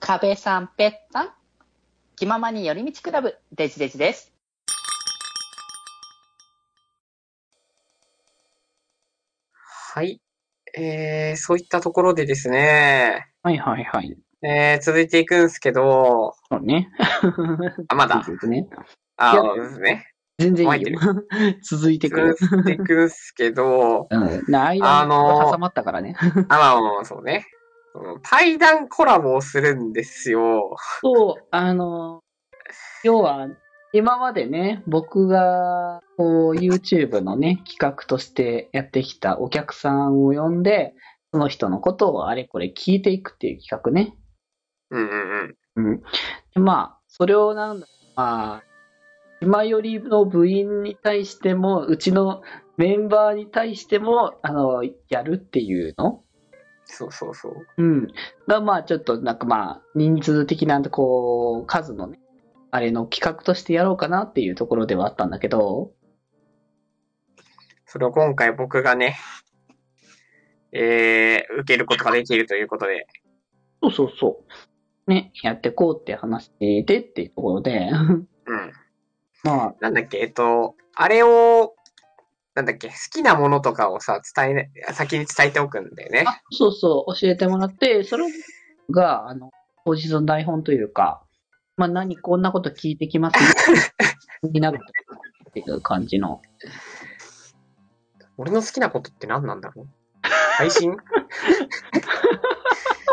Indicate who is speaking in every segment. Speaker 1: 壁さん、ぺったん。気ままに寄り道クラブ、デジデジです。
Speaker 2: はい。えー、そういったところでですね、
Speaker 3: はいはいはい。
Speaker 2: えー、続いていくんですけど、
Speaker 3: そうね。
Speaker 2: あ、まだ
Speaker 3: 続、いてね。
Speaker 2: あ、
Speaker 3: いや
Speaker 2: そうですね。
Speaker 3: 全然いいよ。 続いてくる。
Speaker 2: 続いていくんですけど、
Speaker 3: うん。な、間
Speaker 2: あ
Speaker 3: に挟
Speaker 2: の、
Speaker 3: まったからね。
Speaker 2: あ、まあまあまあ、そうね。うん対談コラボをするんですよ。
Speaker 3: そう、あの、要は、今までね、僕が、こう、YouTube のね、企画としてやってきたお客さんを呼んで、その人のことをあれこれ聞いていくっていう企画ね。
Speaker 2: うんうんうん。
Speaker 3: うん。でまあ、それをなんだ、まあ、今よりの部員に対しても、うちのメンバーに対しても、あの、やるっていうの
Speaker 2: そうそうそう。
Speaker 3: うん。が、まあ、ちょっと、なんかまあ、人数的な、こう、数のね、あれの企画としてやろうかなっていうところではあったんだけど、
Speaker 2: それを今回僕がね、えー、受けることができるということで。
Speaker 3: そうそうそう。ね、やってこうって話でっていうところ で、
Speaker 2: うん。
Speaker 3: まあ、
Speaker 2: なんだっけ、えっと、あれを、なんだっけ、好きなものとかをさ、伝えね、先に伝えておくんだよね。
Speaker 3: あそうそう、教えてもらって、それが、あの、当日の台本というか、まあ、何、こんなこと聞いてき ますね。になるっていう感じの。
Speaker 2: 俺の好きなことって何なんだろう配信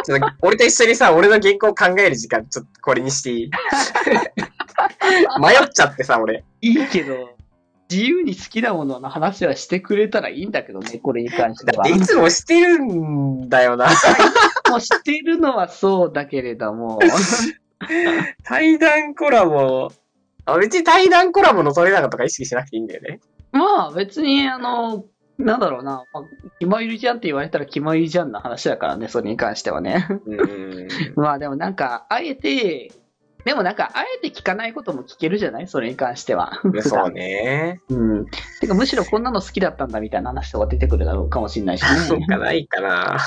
Speaker 2: ちょっと俺と一緒にさ、俺の原稿を考える時間、ちょっとこれにしていい迷っちゃってさ、俺。
Speaker 3: いいけど、自由に好きなものの話はしてくれたらいいんだけどね、これに関して
Speaker 2: だ
Speaker 3: は
Speaker 2: って。いつもしてるんだよな。
Speaker 3: もうしてるのはそうだけれど も、
Speaker 2: 対談コラボ。あ別に対談コラボの取れ高とか意識しなくていいんだよね。
Speaker 3: まあ別に、あの、なんだろうな、まあ、気まゆりじゃんって言われたら気まゆりじゃんな話だからね、それに関してはね。
Speaker 2: うん。
Speaker 3: まあでもなんか、あえて、でもなんか、あえて聞かないことも聞けるじゃないそれに関しては。
Speaker 2: そうね。
Speaker 3: うん。てか、むしろこんなの好きだったんだみたいな話とか出てくるだろうかもしれないし
Speaker 2: そう
Speaker 3: ね。
Speaker 2: かないかな。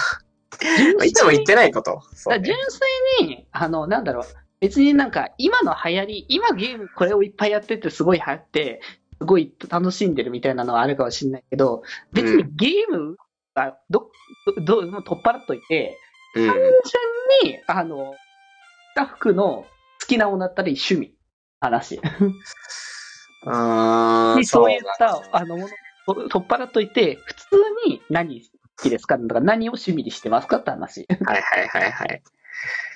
Speaker 3: 純
Speaker 2: まあ
Speaker 3: 粋
Speaker 2: いつも言ってないこと。そ
Speaker 3: だか
Speaker 2: う
Speaker 3: ら
Speaker 2: ね
Speaker 3: 純粋に、あの、なんだろう、別になんか、今の流行り、今ゲームこれをいっぱいやってて、すごい流行って、すごい楽しんでるみたいなのはあるかもしれないけど、別にゲームはど、ど、ど、もう取っ払っといて、
Speaker 2: うん。
Speaker 3: に、あの、スタッフの好きなものだったり趣味、話。
Speaker 2: あー
Speaker 3: にそういった、あの、ものを取っ払っといて、普通に何好きですかとか、何を趣味にしてますかって話。
Speaker 2: はいはいはいはい。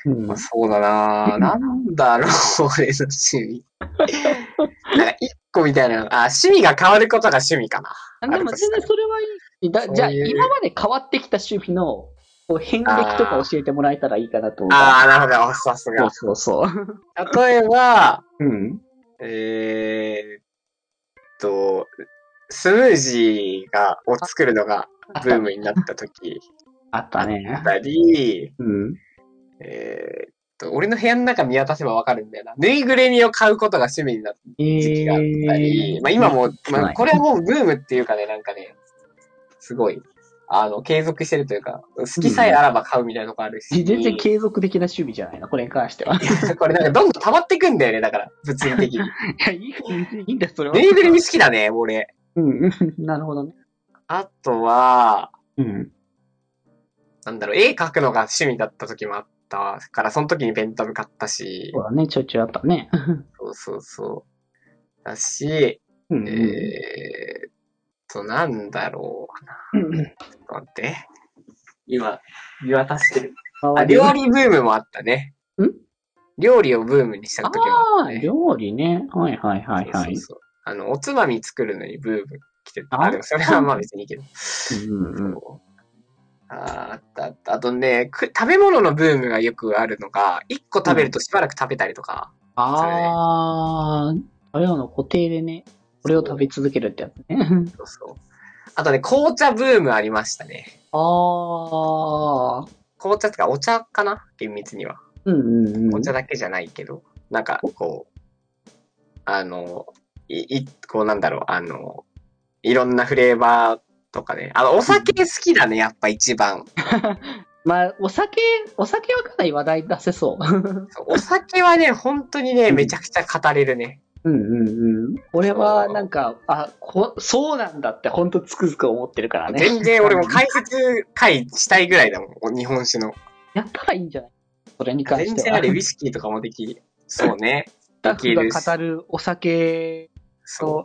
Speaker 3: うん
Speaker 2: まあ、そうだなぁ。なんだろう、俺の趣味。 なんか一個みたいな。あ、趣味が変わることが趣味かな。
Speaker 3: あでも全然それはいいしだ
Speaker 2: そういう
Speaker 3: じゃあ今まで変わってきた趣味のこう変歴とか教えてもらえたらいいかなと思うから
Speaker 2: あー、なるほど。さすが。
Speaker 3: そうそうそう。
Speaker 2: 例えば、
Speaker 3: うん。
Speaker 2: えーっと、スムージーが、を作るのがブームになった時
Speaker 3: あったね。
Speaker 2: だり、
Speaker 3: うん。
Speaker 2: えーっと、俺の部屋の中見渡せばわかるんだよな。ぬいぐるみを買うことが趣味になっ
Speaker 3: え
Speaker 2: 時期があったり、
Speaker 3: ー
Speaker 2: まあ今も、
Speaker 3: 少
Speaker 2: ま
Speaker 3: な
Speaker 2: あ
Speaker 3: い
Speaker 2: これはもうブームっていうかね、なんかね、すごい、あの、継続してるというか、好きさえあらば買うみたいなとこあるし。
Speaker 3: 全然継続的な趣味じゃないの、これに関しては。い
Speaker 2: これなんかどんどん溜まってくんだよね、だから、物理的に。
Speaker 3: や、いい、いいんだよ、それは
Speaker 2: ぬ。いぐるみ好きだね、俺。
Speaker 3: うん、うんなるほどね。
Speaker 2: あとは、
Speaker 3: うん。
Speaker 2: なんだろう、絵描くのが趣味だった時もあったから、その時にペンタブ買ったし
Speaker 3: そう、だね、ちょいちょいあったね。
Speaker 2: そうそうそう。だし、
Speaker 3: うん
Speaker 2: えーっと、なんだろうな。
Speaker 3: うん
Speaker 2: ちょっと待って。今、見渡してる。あ
Speaker 3: 周り
Speaker 2: 料理ブームもあったね。
Speaker 3: ん
Speaker 2: 料理をブームにした時もあ
Speaker 3: あ
Speaker 2: っ
Speaker 3: あ
Speaker 2: た、ね。
Speaker 3: 料理ね。はいはいはいはい。
Speaker 2: そうそうそうあの、おつまみ作るのにブーム来てた。
Speaker 3: あ
Speaker 2: あ、でもそれはまあ別にいいけど。
Speaker 3: うんうん
Speaker 2: そうあーあったあった。あとねく、食べ物のブームがよくあるのが、一個食べるとしばらく食べたりとか。
Speaker 3: ああ、あれの固定でね、これを食べ続けるってやつね。
Speaker 2: そうそう。あとね、紅茶ブームありましたね。
Speaker 3: ああ、
Speaker 2: 紅茶とかお茶かな厳密には。
Speaker 3: うんうんうん。
Speaker 2: お茶だけじゃないけど、なんかこう、あの、い、い、こうなんだろう、あの、いろんなフレーバーとかね。あの、お酒好きだね、やっぱ一番。
Speaker 3: まあ、お酒、お酒はかなり話題出せそう。
Speaker 2: お酒はね、本当にね、めちゃくちゃ語れるね。
Speaker 3: うんうんうん。俺は、なんか、あ、こそうなんだって、ほんとつくづく思ってるから ね。
Speaker 2: 全然俺も解説会したいぐらいだもん、お日本酒の。
Speaker 3: やったらいいんじゃないそれに関
Speaker 2: 全
Speaker 3: して
Speaker 2: 然あ
Speaker 3: は。
Speaker 2: れ、ウイスキーとかもでき、そうね。
Speaker 3: スタ
Speaker 2: できる
Speaker 3: ッ
Speaker 2: し
Speaker 3: フが語るお酒
Speaker 2: そ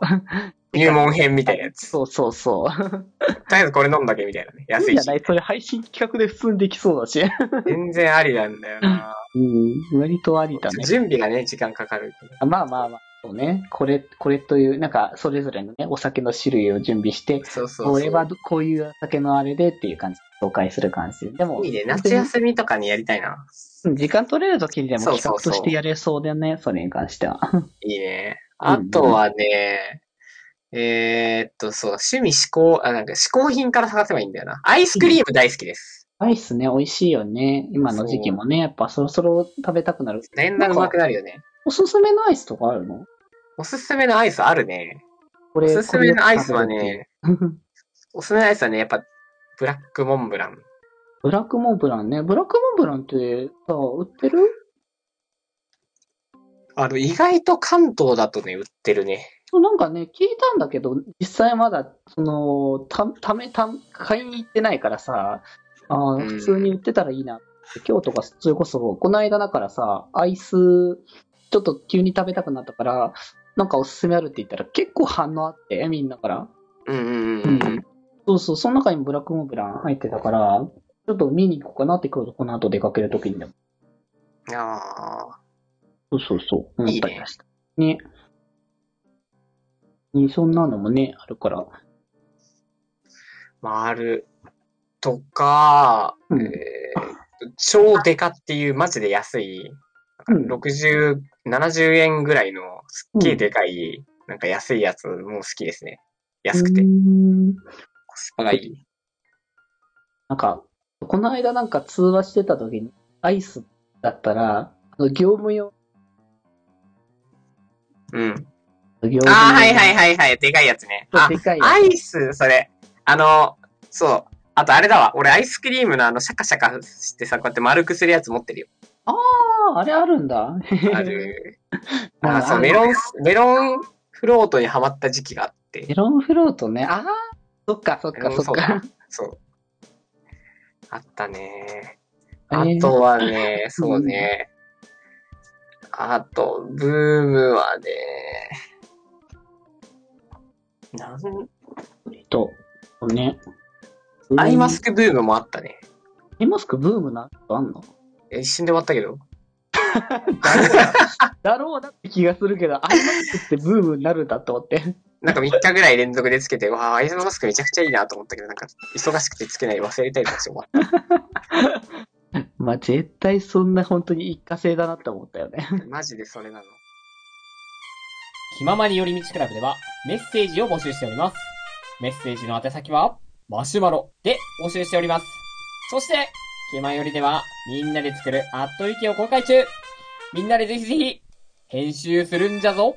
Speaker 3: と、
Speaker 2: う。入門編みたいなやつ。と
Speaker 3: そうそうそう。
Speaker 2: りあえずこれ飲んだけみたいなね。
Speaker 3: い
Speaker 2: 安
Speaker 3: いんじ
Speaker 2: い
Speaker 3: ゃ
Speaker 2: し
Speaker 3: な。いそれ配信企画で普通にできそうだし。
Speaker 2: 全然ありなんだよな。
Speaker 3: うん、割とありだね。
Speaker 2: 準備がね、時間かかるけど。
Speaker 3: まあまあまあ、そうね。これ、これという、なんか、それぞれのね、お酒の種類を準備して、
Speaker 2: そうそうそう。
Speaker 3: これはどこういうお酒のあれでっていう感じ、紹介する感じ。でも、
Speaker 2: いいね。
Speaker 3: 本当
Speaker 2: 夏
Speaker 3: に
Speaker 2: 休みとかにやりたいな。
Speaker 3: うん時間取れる時にでも
Speaker 2: そう
Speaker 3: 企
Speaker 2: そうそう
Speaker 3: 画としてやれそうだよね、それに関しては。
Speaker 2: いいね。
Speaker 3: うん
Speaker 2: あとはね、えーっと、そう、趣味嗜好、あ、なんか嗜好品から探せばいいんだよな。アイスクリーム大好きです。
Speaker 3: アイスね、美味しいよね。今の時期もね、やっぱそろそろ食べたくなる。
Speaker 2: だんだんうまくなるよね。
Speaker 3: おすすめのアイスとかあるの
Speaker 2: おすすめのアイスあるね。
Speaker 3: こ
Speaker 2: お
Speaker 3: れ
Speaker 2: すすめのアイスは。ね、
Speaker 3: これよく食べるっていう
Speaker 2: おすすめのアイスはね、やっぱ、ブラックモンブラン。
Speaker 3: ブラックモンブランね。ブラックモンブランってさ、売ってる
Speaker 2: あの、意外と関東だとね、売ってるね。
Speaker 3: そうなんかね、聞いたんだけど、実際まだ、その、た、ため、た、買いに行ってないからさ、ああ、
Speaker 2: うん
Speaker 3: 普通に売ってたらいいな。今日とか、それこそ、この間だからさ、アイス、ちょっと急に食べたくなったから、なんかおすすめあるって言ったら、結構反応あって、みんなから。
Speaker 2: うんうんうんうん。
Speaker 3: そうそう、その中にブラックモンブラン入ってたから、ちょっと見に行こうかなって今日この後出かけるときにでも。
Speaker 2: あ
Speaker 3: そうそうそう。
Speaker 2: い
Speaker 3: 思っ
Speaker 2: いね
Speaker 3: たりました。ね。ね、そんなのもね、あるから。
Speaker 2: ー、ある。とか、
Speaker 3: うん
Speaker 2: えー超デカっていうマジで安い、
Speaker 3: うん
Speaker 2: 60、70円ぐらいのすっげえでかい、なんか安いやつも好きですね。安く
Speaker 3: う
Speaker 2: て
Speaker 3: ー。ん
Speaker 2: コスパがいい。
Speaker 3: なんか、この間なんか通話してた時に、アイスだったら、あの業務用、
Speaker 2: うん。
Speaker 3: 業務用。
Speaker 2: ああ、はいはいはいはい。でかいやつね。あ
Speaker 3: い。で、かいやつ
Speaker 2: アイス、それ。あの、そう。あとあれだわ。俺アイスクリームのあの、シャカシャカしてさ、こうやって丸くするやつ持ってるよ。
Speaker 3: ああ、あれあるんだ。
Speaker 2: ある。
Speaker 3: あー
Speaker 2: あそう、メロン、メロンフロートにハマった時期があって
Speaker 3: メ。ロンフロートね。ああ、そっかそっかそっか。。
Speaker 2: そう。あったね。
Speaker 3: え
Speaker 2: あ
Speaker 3: ー
Speaker 2: とはね、そうね。あと、ブームはね、なん
Speaker 3: えっと、ね。
Speaker 2: アイマスクブームもあったね。
Speaker 3: アイマスクブームなんかあんの
Speaker 2: え一瞬で終わったけど。
Speaker 3: だろうなって気がするけど、アイマスクってブームになるんだと思って。
Speaker 2: なんか3日ぐらい連続でつけて、わあ、アイマスクめちゃくちゃいいなと思ったけど、なんか忙しくてつけない忘れたりとかして終わっ
Speaker 3: まあ絶対そんな本当に一過性だなって思ったよね。
Speaker 2: た。 マジでそれなの。
Speaker 4: 気ままに寄り道クラブではメッセージを募集しております。メッセージの宛先はマシュマロで募集しております。そして、気まよりではみんなで作るあっという間を公開中みんなでぜひぜひ編集するんじゃぞ